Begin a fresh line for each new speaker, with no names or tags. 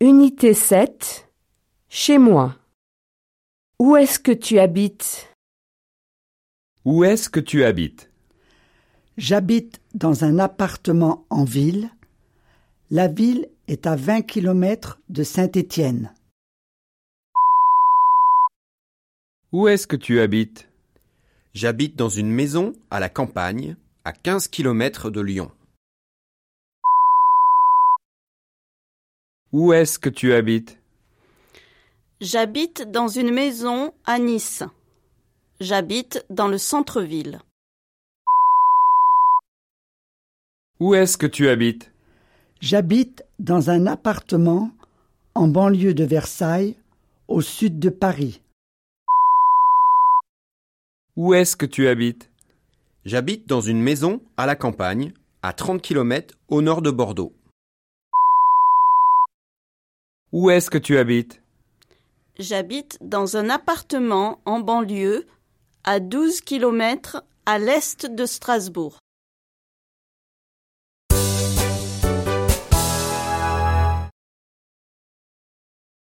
Unité 7. Chez moi. Où est-ce que tu habites
Où est-ce que tu habites
J'habite dans un appartement en ville. La ville est à 20 km de Saint-Étienne.
Où est-ce que tu habites
J'habite dans une maison à la campagne, à 15 km de Lyon.
Où est-ce que tu habites
J'habite dans une maison à Nice. J'habite dans le centre-ville.
Où est-ce que tu habites
J'habite dans un appartement en banlieue de Versailles, au sud de Paris.
Où est-ce que tu habites
J'habite dans une maison à la campagne, à 30 km au nord de Bordeaux.
Où est-ce que tu habites
J'habite dans un appartement en banlieue, à 12 km à l'est de Strasbourg.